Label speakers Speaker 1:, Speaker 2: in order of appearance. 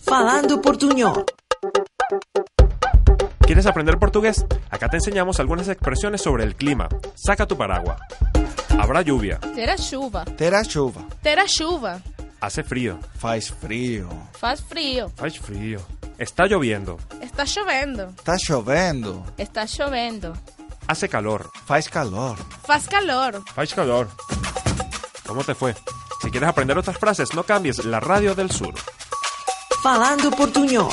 Speaker 1: Falando Portuñol.
Speaker 2: ¿Quieres aprender portugués? Acá te enseñamos algunas expresiones sobre el clima. Saca tu paraguas. Habrá lluvia.
Speaker 3: Terá chuva.
Speaker 4: Terá chuva.
Speaker 3: Terá chuva.
Speaker 2: Hace frío.
Speaker 4: Faz frio.
Speaker 3: Faz frío.
Speaker 2: Faz frío. Está lloviendo.
Speaker 3: Está chovendo.
Speaker 4: Tá chovendo.
Speaker 3: Está chovendo.
Speaker 2: Hace calor.
Speaker 4: Faz calor.
Speaker 3: Faz calor.
Speaker 2: Faz calor. ¿Cómo te fue? Si quieres aprender otras frases, no cambies la radio del sur.
Speaker 1: Falando Portuñol.